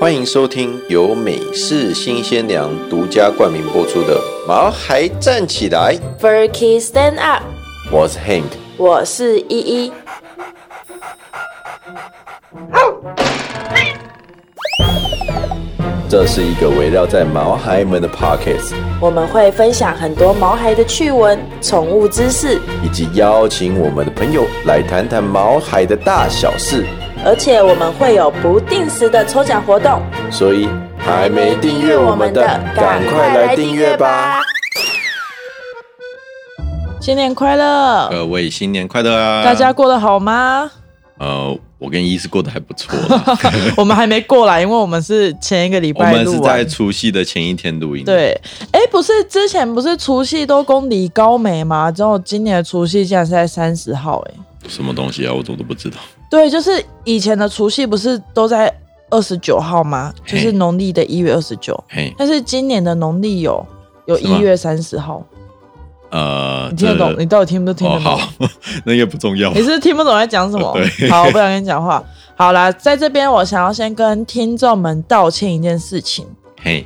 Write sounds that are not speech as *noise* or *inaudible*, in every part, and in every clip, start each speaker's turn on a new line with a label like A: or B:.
A: 欢迎收听由美式新鲜粮独家冠名播出的《毛孩站起来》，
B: Berkey Stand Up，
A: 我是 Hank。
B: 我是依依。
A: 这是一个围绕在毛孩们的 Pockets，
B: 我们会分享很多毛孩的趣闻、宠物知识，
A: 以及邀请我们的朋友来谈谈毛孩的大小事。
B: 而且我们会有不定时的抽奖活动。
A: 所以还没订阅我们的，赶快来订阅吧！！
B: 新年快乐！
A: 各位新年快乐啊！
B: 大家过得好
A: *laughs*
B: 吗？
A: 呃，我跟伊是过得还不错
B: *laughs*
A: 啦。
B: 我们还没过来，因为我们是前一个礼
A: *laughs* 我
B: 拜
A: 们是
B: 录
A: 在
B: 完。
A: 除夕的前一天录音，，
B: 对，哎，不是之前不是除夕都公理高梅吗？之后今年的除夕竟然是在三十号、哎，
A: 什么东西啊？我怎么都不知道。
B: 对，就是以前的除夕不是都在二十九号吗？就是
A: 嘿
B: 农历的一月二十九，
A: 嘿，
B: 但是今年的农历有有
A: 是吗
B: 一月三十号，
A: 呃，
B: 你听得
A: 这
B: 懂？你到底听不听
A: 哦，
B: 得懂？
A: 好， *laughs* 那个不重要
B: 你。是不是听不懂在讲什么
A: *laughs* 对？
B: 好，我不想跟你讲话。好啦，在这边我想要先跟听众们道歉一件事情，
A: 嘿，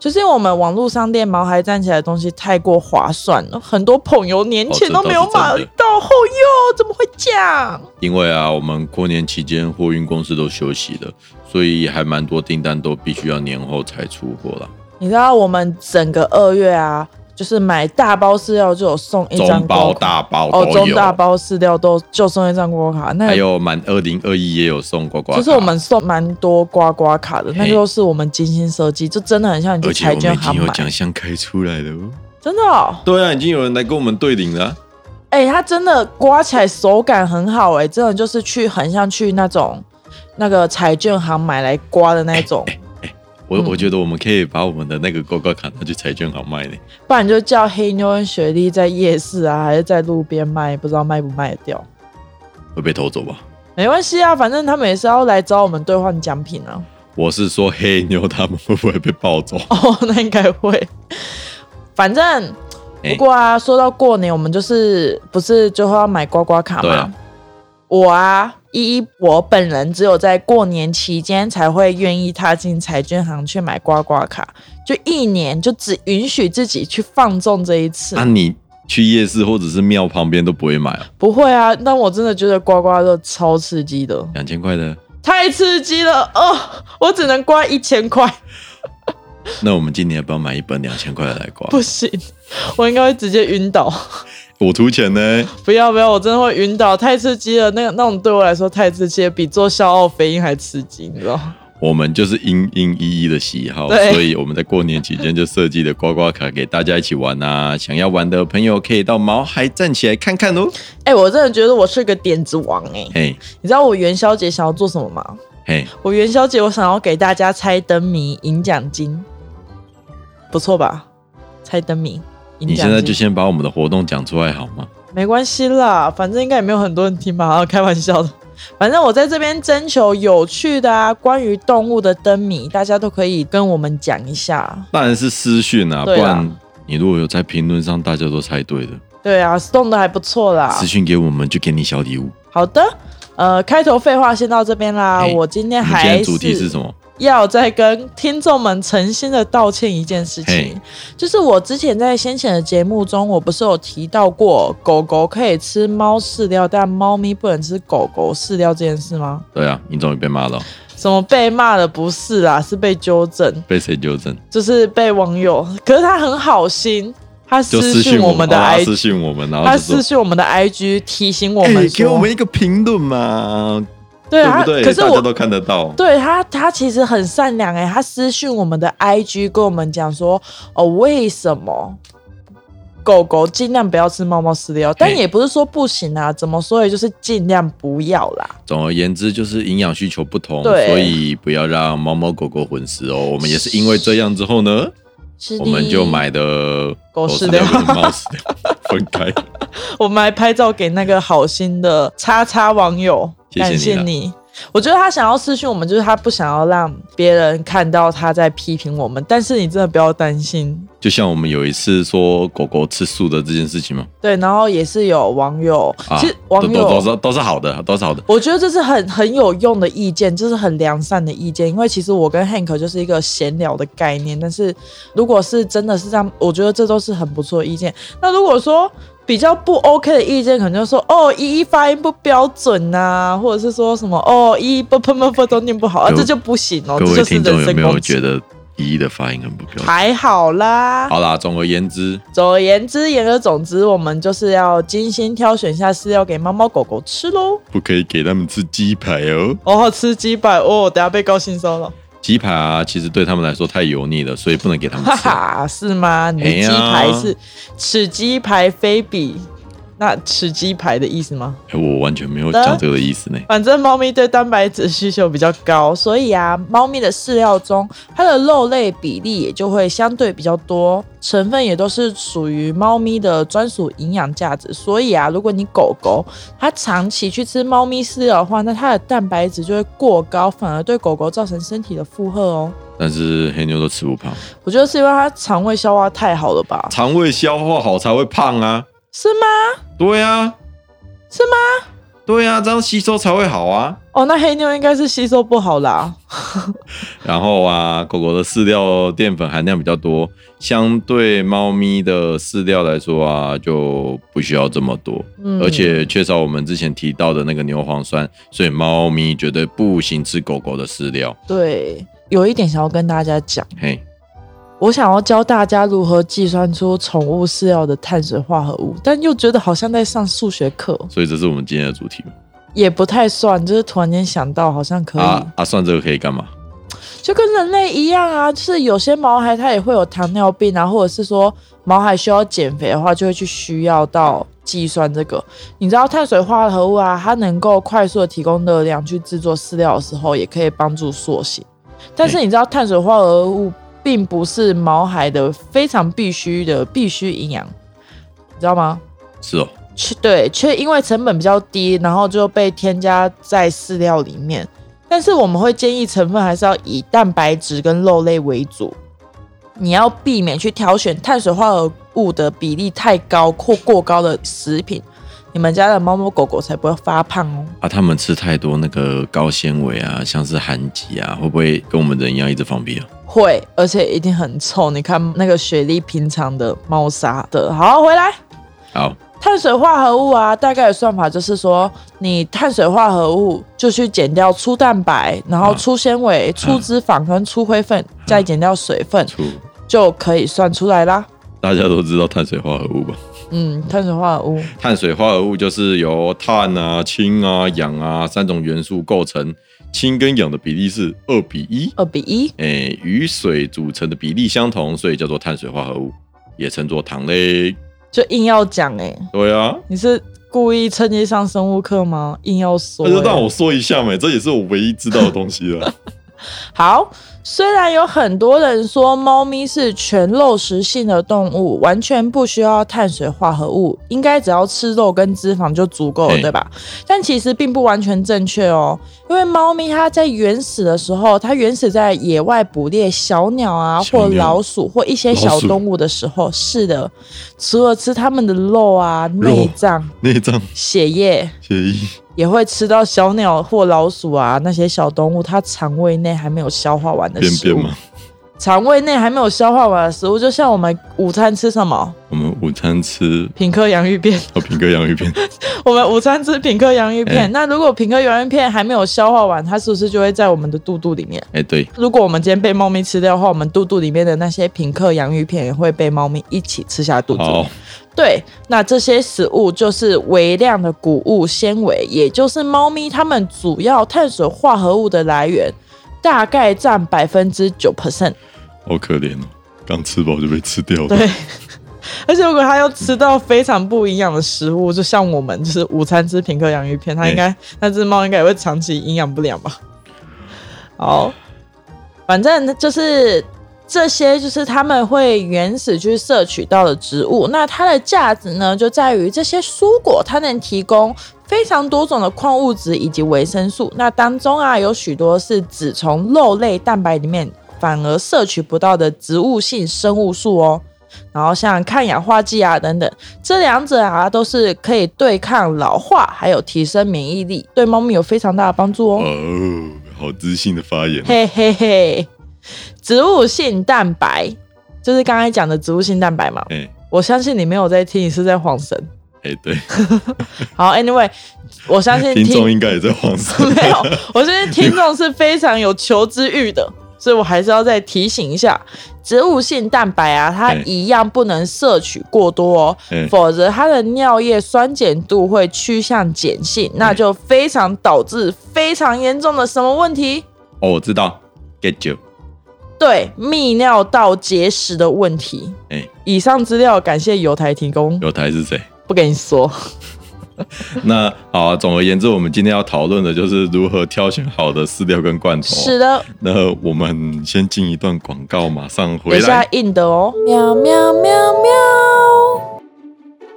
B: 就是我们网络商店毛孩站起来的东西太过划算了，很多朋友年前都没有买
A: 哦这倒是真
B: 到，后哟，怎么会这样？
A: 因为啊，我们过年期间货运公司都休息了，所以还蛮多订单都必须要年后才出货啦。
B: 你知道我们整个二月啊，就是买大包饲料就有送一张
A: 中包、
B: 国卡
A: 大包
B: 哦，
A: 都
B: 中
A: 有，
B: 大包饲料都就送一张刮刮卡，那
A: 还有满二零二一也有送刮刮卡。
B: 就是我们送蛮多刮刮卡的，那
A: 嘿
B: 就是我们精心设计，就真的很像你
A: 而
B: 去
A: 且
B: 财
A: 我们
B: 券
A: 已
B: 行
A: 经有
B: 买，
A: 奖项开出来了哦。
B: 真的、哦，
A: 对啊，已经有人来跟我们对领了啊。
B: 哎、它真的刮起来手感很好、哎，真的就是去很像去那种那个财券行买来刮的那种，
A: 我
B: 嗯
A: 我觉得我们可以把我们的那个刮刮卡拿去彩券行卖呢。
B: 不然就叫黑妞跟雪莉在夜市啊，还是在路边卖，不知道卖不卖得掉。
A: 会被偷走吧？
B: 没关系啊，反正他们也是要来找我们兑换奖品啊。
A: 我是说黑妞他们会不会被抱
B: *laughs*
A: 走？
B: 哦，那应该会。反正
A: 哎
B: 不过啊，说到过年，我们就是不是就会要买刮刮卡
A: 对
B: 吗？
A: 啊
B: 我啊，依依，我本人只有在过年期间才会愿意踏进彩券行去买刮刮卡，就一年就只允许自己去放纵这一次。
A: 那、啊你去夜市或者是庙旁边都不会买哦，
B: 不会啊，但我真的觉得刮刮乐超刺激的，
A: 两千块的。
B: 太刺激了哦！我只能刮一千块。
A: 那我们今年要不要买一本两千块的来刮？
B: 不行，我应该会直接晕倒。
A: 我出钱呢，
B: 不要不要，我真的会晕倒，太刺激了。那个那种对我来说太刺激了，比做笑傲飞鹰还刺激，你知道吗？
A: 我们就是因因依依的喜好，
B: 对
A: 所以我们在过年期间就设计了刮刮卡给大家一起玩啊。想要玩的朋友可以到毛孩站起来看看哦。
B: 哎、我真的觉得我是个点子王哎、
A: 嘿，
B: 你知道我元宵节想要做什么吗？
A: 嘿，
B: 我元宵节我想要给大家猜灯谜赢奖金，不错吧？猜灯谜赢
A: 你
B: 奖
A: 现在就
B: 金，
A: 先把我们的活动讲出来好吗？
B: 没关系啦，反正应该也没有很多人听吧，啊开玩笑的。反正我在这边征求有趣的啊，关于动物的灯谜，大家都可以跟我们讲一下。
A: 当然是私讯啊，不
B: 对啊
A: 然你如果有在评论上大家都猜对的，
B: 对啊，送的还不错啦。
A: 私讯给我们就给你小礼物。
B: 好的，呃，开头废话先到这边啦。
A: 哎
B: 我
A: 我
B: 今天
A: 们今
B: 还
A: 天主题是什
B: 么？
A: 么？
B: 要再跟听众们诚心的道歉一件事
A: 嘿
B: 情，就是我之前在先前的节目中，我不是有提到过狗狗可以吃猫饲料，但猫咪不能吃狗狗饲料这件事吗？
A: 对啊，你终于被骂了，
B: 怎么被骂了？不是啦，是被纠正，
A: 被谁纠正？
B: 就是被网友。可是他很好心，他
A: 就
B: 私
A: 私
B: 讯
A: 讯
B: 我
A: 我
B: 们
A: 们
B: 的
A: 哦他
B: IG，
A: 私讯我们，然后
B: 他
A: 就说
B: 私讯我们的 IG 提醒我
A: 哎、
B: 们
A: 给
B: 说，
A: 我们一个评论嘛，
B: 哦对
A: 不
B: 啊，
A: 对？
B: 可是
A: 大家
B: 我
A: 都看得到。
B: 对他，他其实很善良哎、他私讯我们的 IG 跟我们讲说，哦，为什么狗狗尽量不要吃猫猫饲料，但也不是说不行啊，怎么说也就是尽量不要啦。
A: 总而言之，就是营养需求不同，
B: 对
A: 所以不要让猫猫狗狗混食哦。我们也是因为这样之后呢，
B: 是
A: 我
B: 的
A: 们就，买的
B: 狗
A: 饲
B: 饲
A: 料
B: 料
A: 跟猫饲料分
B: *laughs*
A: 开。
B: 我们还拍照给那个好心的叉叉网友，
A: 谢谢你啦
B: 感谢你。我觉得他想要私讯我们，就是他不想要让别人看到他在批评我们。但是你真的不要担心，
A: 就像我们有一次说狗狗吃素的这件事情嘛，
B: 对。然后也是有网友，
A: 啊，
B: 其实网
A: 都
B: 友哦
A: 都都是都是好的，都是好的。
B: 我觉得这是很很有用的意见，这是很良善的意见。因为其实我跟 Hank 就是一个闲聊的概念，但是如果是真的是这样，我觉得这都是很不错的意见。那如果说比较不 OK 的意见，可能就说哦，一一发音不标准呐、或者是说什么哦，一一不不不不都念不好啊，
A: 各位
B: 这就不行哦，
A: 各
B: 这
A: 位
B: 就是
A: 听众
B: 人
A: 有
B: 身
A: 没
B: 攻
A: 有
B: 击
A: 觉。得一的发音很不标准？
B: 还好啦。
A: 好啦，总而言之，
B: 总而言之，言而总之，我们就是要精心挑选一下饲料给猫猫狗狗吃喽。
A: 不可以给他们吃鸡排哦。
B: 哦，好吃鸡百哦，等下被高薪收了。
A: 鸡排啊，其实对他们来说太油腻了，所以不能给他们
B: 哈 *laughs*
A: 吃。
B: 哈，是吗？你的
A: 哎
B: 鸡
A: 呀
B: 排是此鸡排非彼，那此鸡排的意思吗？
A: 哎我完全没有讲这个的意思呢。
B: 反正猫咪对蛋白质需求比较高，所以啊，猫咪的饲料中它的肉类比例也就会相对比较多，成分也都是属于猫咪的专属营养价值。所以啊，如果你狗狗它长期去吃猫咪饲料的话，那它的蛋白质就会过高，反而对狗狗造成身体的负荷哦。
A: 但是黑妞都吃不胖，
B: 我觉得是因为它肠胃消化太好了吧？
A: 肠胃消化好才会胖啊。
B: 是吗？
A: 对啊，
B: 是吗？
A: 对啊，这样吸收才会好啊。
B: 哦，那黑妞应该是吸收不好啦。
A: 然后啊，狗狗的饲料淀粉含量比较多，相对猫咪的饲料来说啊，就不需要这么多，
B: 嗯
A: 而且缺少我们之前提到的那个牛磺酸，所以猫咪绝对不行吃狗狗的饲料。
B: 对，有一点想要跟大家讲，
A: 嘿，
B: 我想要教大家如何计算出宠物饲料的碳水化合物，但又觉得好像在上数学课，
A: 所以这是我们今天的主题
B: 也不太算，就是突然间想到好像可以，
A: 啊啊，算这个可以干嘛？
B: 就跟人类一样啊，就是有些毛孩它也会有糖尿病啊，或者是说毛孩需要减肥的话，就会去需要到计算这个。你知道碳水化合物啊，它能够快速的提供热量去制作饲料的时候，也可以帮助塑形。但是你知道碳水化合物并不是毛孩的非常必须的必须营养，你知道吗？
A: 是哦，
B: 却对，却因为成本比较低，然后就被添加在饲料里面。但是我们会建议成分还是要以蛋白质跟肉类为主，你要避免去挑选碳水化合物的比例太高或过高的食品，你们家的猫猫狗狗才不会发胖哦。
A: 啊，他们吃太多那个高纤维啊，像是含鲫啊，会不会跟我们人一样一直放屁啊？
B: 会，而且一定很臭。你看那个雪莉平常的猫砂的，好回来。
A: 好，
B: 碳水化合物啊，大概的算法就是说，你碳水化合物就去减掉粗蛋白，然后
A: 嗯
B: 粗纤维、粗脂肪跟粗灰分，再减掉水分，
A: 出
B: 就可以算出来啦。
A: 大家都知道碳水化合物吧？
B: 嗯，碳水化合物，
A: 碳水化合物就是由碳啊、氢啊、氧啊三种元素构成，氢跟氧的比例是二比一，
B: 二比一。
A: 诶，与水组成的比例相同，所以叫做碳水化合物，也称作糖类。
B: 就硬要讲哎、
A: 对啊，
B: 你是故意趁机上生物课吗？硬要说、
A: 哎那就让
B: 欸。
A: 我说一下嘛，这也是我唯一知道的东西啊了。
B: 好，虽然有很多人说猫咪是全肉食性的动物，完全不需要碳水化合物，应该只要吃肉跟脂肪就足够了，
A: 嘿
B: 对吧？但其实并不完全正确哦，因为猫咪它在原始的时候，它原始在野外捕猎小鸟啊，
A: 小
B: 或
A: 鸟
B: 老鼠或一些
A: 老
B: 小
A: 鼠
B: 动物的时候，是的，除了吃它们的肉啊、
A: 肉
B: 内脏、
A: 内脏
B: 血液，
A: 协议，
B: 也会吃到小鸟或老鼠啊那些小动物，它肠胃内还没有消化完的
A: 便
B: 食
A: 便
B: 物。
A: 嘛，
B: 肠胃内还没有消化完的食物，就像我们午餐吃什么？
A: 我们午餐吃
B: 品客洋芋片。 *laughs*
A: 和平哥洋芋片，
B: 我们午餐吃品客洋芋片。
A: 哎
B: 那如果品客洋芋片还没有消化完，它是不是就会在我们的肚肚里面？
A: 哎，对，
B: 如果我们今天被猫咪吃掉的话，我们肚肚里面的那些品客洋芋片也会被猫咪一起吃下肚子。
A: 好，
B: 对，那这些食物就是微量的谷物纤维，也就是猫咪它们主要碳水化合物的来源，大概占百分之九 percent。
A: 好可怜哦，刚吃饱就被吃掉了。
B: 对，而且如果他要吃到非常不营养的食物，就像我们就是午餐吃品客洋芋片，它应该、那只猫应该也会长期营养不良吧？好，反正就是这些，就是他们会原始去呃摄取到的植物。那它的价值呢，就在于这些蔬果它能提供。呃非常多种的矿物质以及维生素。那当中啊，有许多是只从肉类蛋白里面反而摄取不到的植物性生物素哦。然后像抗氧化剂啊等等，这两者啊都是可以对抗老化，还有提升免疫力，对猫咪有非常大的帮助哦。
A: 哦，好自信的发言。哦
B: 嘿嘿嘿，植物性蛋白就是刚才讲的植物性蛋白嘛。
A: 哎、
B: 我相信你没有在听，你是在晃神。
A: 哎、对，
B: 好，Anyway，我相信
A: 听众应该也在晃神。
B: *laughs* 没有，我相信听众是非常有求知欲的，所以我还是要再提醒一下，植物性蛋白啊，它
A: 嗯
B: 一样不能摄取过多哦，
A: 嗯
B: 否则它的尿液酸碱度会趋向碱性，那就非常导致非常严重的什么问题？
A: *laughs* 哦，我知道，get you。
B: 对，泌尿道结石的问题。
A: 哎、
B: 以上资料感谢犹台提供，
A: 有台是谁？
B: 不跟你
A: 哦
B: 说，
A: 那好啊、总而言之，我们今天要讨论的就是如何挑选好的饲料跟罐头。
B: 是的，
A: 那我们先进一段广告，马上
B: 等
A: 回
B: 一下
A: 来。
B: 硬的哦。
C: 喵喵喵喵，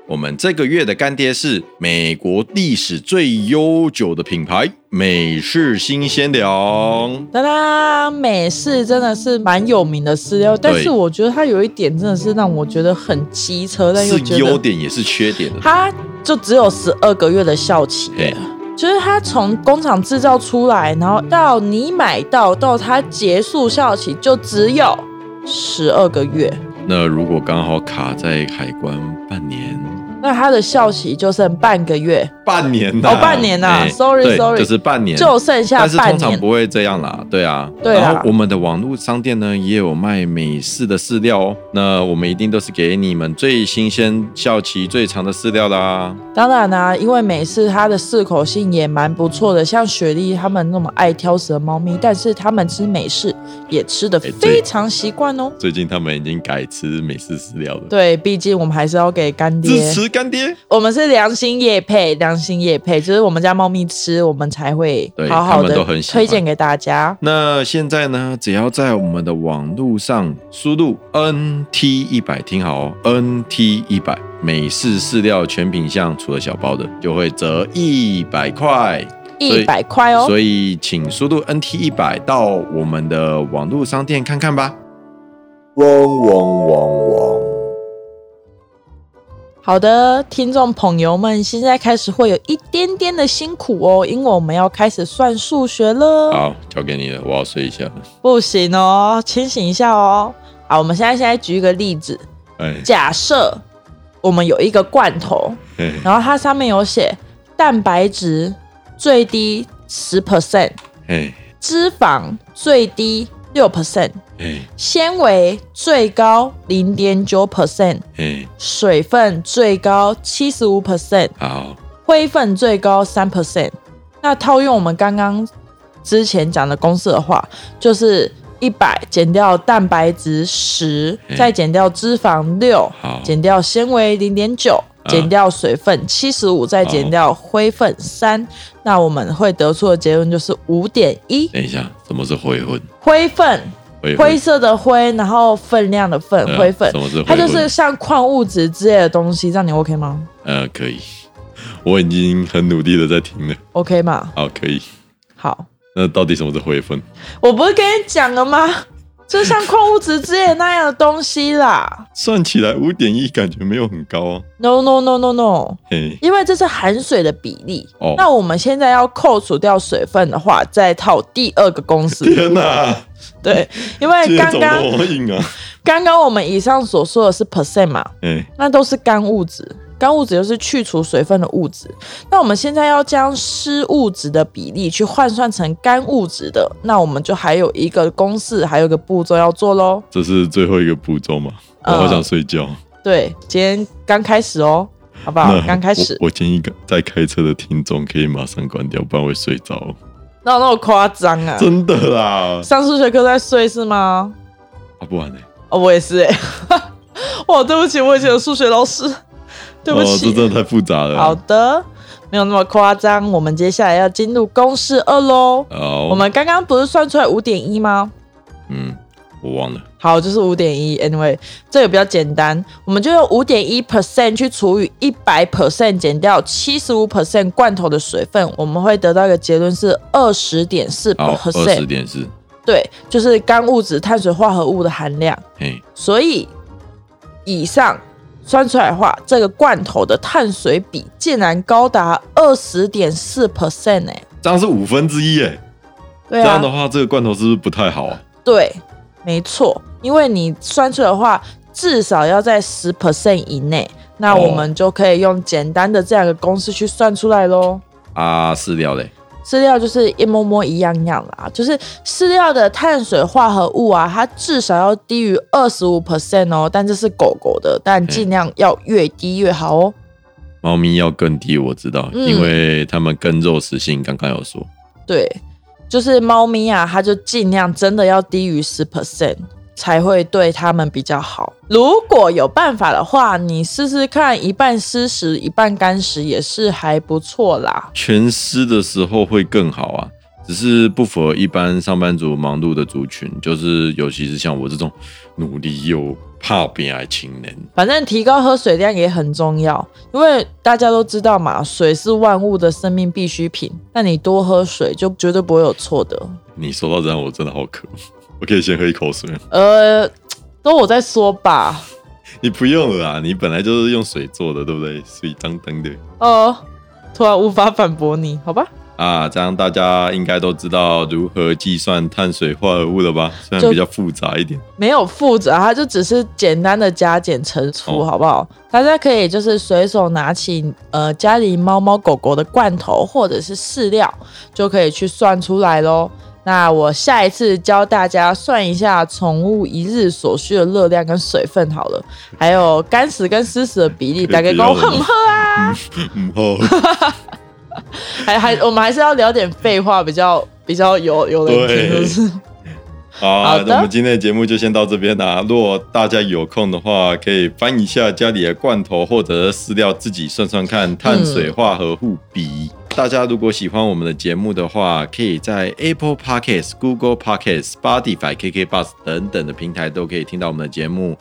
A: 我们这个月的干爹是美国历史最悠久的品牌美式新鲜粮。
B: 当当，美式真的是蛮有名的饲料，但是我觉得它有一点真的是让我觉得很机车，但又
A: 是
B: 觉
A: 优
B: 得
A: 点也是缺点的，
B: 它就只有十二个月的效期
A: 嘿，
B: 就是它从工厂制造出来，然后到你买到到它结束效期就只有十二个月，
A: 那如果刚好卡在海关半年，
B: 那它的效期就剩半个月，
A: 半年呐、
B: 哦半年呐
A: 哎
B: sorry，
A: 对
B: sorry
A: 就是半年，
B: 就剩下
A: 但是
B: 半
A: 通常
B: 年。
A: 不会这样啦，对啊，
B: 对啊
A: 然后我们的网络商店呢也有卖美式的饲料哦，那我们一定都是给你们最新鲜、效期最长的饲料啦。
B: 当然啦、因为美式它的适口性也蛮不错的，像雪莉他们那么爱挑食的猫咪，但是他们吃美式也吃的
A: 哎对
B: 非常习惯哦。
A: 最近他们已经改吃美式饲料了，
B: 对，毕竟我们还是要给干
A: 支
B: 爹，
A: 持干爹。
B: 我们是良心业配，良心业配，就是我们家猫咪吃，我们才会
A: 对
B: 好好
A: 他们
B: 的
A: 都很喜欢
B: 推荐给大家。
A: 那现在呢，只要在我们的网络上输入 NT 一百，听好哦，NT 一百美式饲料全品项，除了小包的，就会折一百块。所以
B: 一百块哦，
A: 所以请输入 NT 一百到我们的网络商店看看吧。嗡嗡嗡嗡，
B: 好的，听众朋友们，现在开始会有一点点的辛苦哦，因为我们要开始算数学了。
A: 好，交给你了，我要睡一下了。
B: 不行哦，清醒一下哦。好，我们现在现在举一个例子，
A: 哎，
B: 假设我们有一个罐头，
A: 嘿
B: 然后它上面有写蛋白质最低十 percent，
A: 嘿
B: 脂肪最低六 percent，
A: 嘿
B: 纤维最高零点九 percent，
A: 嘿，
B: 水分最高七十五 percent，
A: 好，
B: 灰分最高三 percent。那套用我们刚刚之前讲的公式的话，就是一百减掉蛋白质十
A: 嗯，
B: 再减掉脂肪六
A: 好，
B: 减掉纤维零点九，
A: 啊
B: 减掉水分七十五，再减掉灰分三。那我们会得出的结论就是五点一。
A: 等一下，什么是灰混？
B: 灰分，
A: 灰
B: 灰色的灰，然后分量的分，
A: 对啊
B: 灰分
A: 什。么是灰
B: 它
A: 混？
B: 就是像矿物质之类的东西，这样你 OK 吗
A: 呃，可以，我已经很努力的在听了。
B: ？OK 嘛，
A: 好，可以。
B: 好。
A: 那到底什么是灰分？
B: 我不是跟你讲了吗？ *laughs* 就像矿物质之类那样的东西啦。
A: 算起来五点一，感觉没有很高啊。
B: No no no no no，
A: 嘿，
B: 因为这是含水的比例。
A: 哦
B: 那我们现在要扣除掉水分的话，再套第二个公式。
A: 天哪，
B: 对，因为
A: 今天
B: 刚
A: 怎么
B: 刚
A: 那么硬啊？
B: 刚刚我们以上所说的是 percent 嘛，
A: 哎，
B: 那都是干物质。干物质就是去除水分的物质，那我们现在要将湿物质的比例去换算成干物质的，那我们就还有一个公式，还有一个步骤要做喽。
A: 这是最后一个步骤吗？我
B: 呃
A: 好想睡觉。
B: 对，今天刚开始哦，好不好
A: 那？
B: 刚开始，
A: 嗯我，我建议在开车的听众可以马上关掉，不然会睡着。
B: 哪有那么夸张啊？
A: 真的啦，
B: 上数学课在睡是吗？
A: 啊，不然呢？
B: 哦，我也是 *laughs* 哎、欸，哇，对不起，我以前有数学老师，对不
A: 哦，这
B: 起。
A: 真的太复杂了。
B: 好，的，没有那么夸张。我们接下来要进入公式二喽。
A: 好，
B: 我们刚刚不是算出来五点一吗？
A: 哦嗯，我忘了。
B: 好，就是五点一。Anyway，这个比较简单，我们就用五点一 percent 去除以一百 percent，减掉七十五 percent 罐头的水分，我们会得到一个结论是二十点四
A: 好，二十
B: percent。
A: 点四，
B: 对，就是干物质碳水化合物的含量。
A: 嘿，
B: 所以以上算出来的话，这个罐头的碳水比竟然高达二十点四 percent 哎。
A: 这样是五分之一哎。
B: 对
A: 这
B: 啊
A: 样，的话，这个罐头是不是不太好啊？
B: 对，没错，因为你算出来的话，至少要在十 percent 以内，那我们就可以用简单的这两个公式去算出来喽。
A: 啊，饲料嘞，
B: 饲料就是一摸摸一样样啦，就是饲料的碳水化合物啊，它至少要低于二十五 percent 哦，但这是狗狗的，但尽量要越低越好哦。
A: 猫咪要更低，我知道，
B: 嗯
A: 因为它们更肉食性，刚刚有说。
B: 对，就是猫咪啊，它就尽量真的要低于十 percent 才会对它们比较好。如果有办法的话，你试试看，一半湿食一半干食也是还不错啦。
A: 全湿的时候会更好啊，只是不符合一般上班族忙碌的族群，就是尤其是像我这种努力又怕病的青年。
B: 反正提高喝水量也很重要，因为大家都知道嘛，水是万物的生命必需品。那你多喝水就绝对不会有错的。
A: 你说到这样，我真的好渴， *laughs* 我可以先喝一口水吗。
B: 呃，都我在说吧。
A: 你不用了啊，你本来就是用水做的，对不对？水当当的
B: 哦，突然无法反驳你，好吧？
A: 啊，这样大家应该都知道如何计算碳水化合物了吧？虽然
B: 就
A: 比较复杂一点。
B: 没有负责，它就只是简单的加减乘除，
A: 哦
B: 好不好？大家可以就是随手拿起呃家里猫猫狗狗的罐头或者是饲料，就可以去算出来喽。那我下一次教大家算一下宠物一日所需的热量跟水分好了，还有干食跟湿食的比例，
A: 可以
B: 大概
A: 不
B: 跟
A: 要
B: 我
A: 了吗
B: 很喝啊，
A: 嗯哦，
B: 还还我们还是要聊点废话，比较比较有有人听，是
A: 对
B: 不是？
A: *laughs* 好啊、
B: 好的
A: 那我们今天的节目就先到这边啦、如果大家有空的话，可以翻一下家里的罐头或者饲料，自己算算看碳水化合物比。大家如果喜欢我们的节目的话，可以在 Apple Podcasts、Google Podcasts、Spotify、KK Bus 等等的平台都可以听到我们的节目。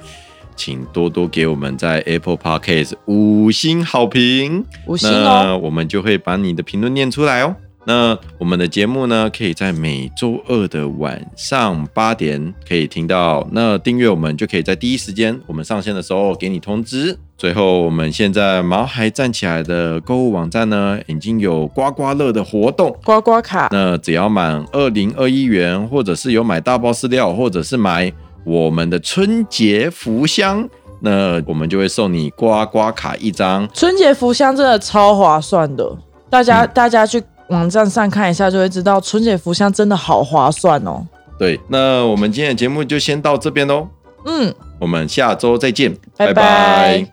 A: 请多多给我们在 Apple Podcast 五星好评，
B: 五星哦
A: 那我们就会把你的评论念出来哦。那我们的节目呢，可以在每周二的晚上八点可以听到。那订阅我们就可以在第一时间我们上线的时候给你通知。最后，我们现在毛孩站起来的购物网站呢，已经有刮刮乐的活动，
B: 刮刮卡，
A: 那只要满二零二一元，或者是有买大包饲料，或者是买我们的春节福箱，那我们就会送你刮刮卡一张。
B: 春节福箱真的超划算的，大家、大家去网站上看一下就会知道，春节福箱真的好划算哦。
A: 对，那我们今天的节目就先到这边喽，
B: 嗯，
A: 我们下周再见，
B: 拜拜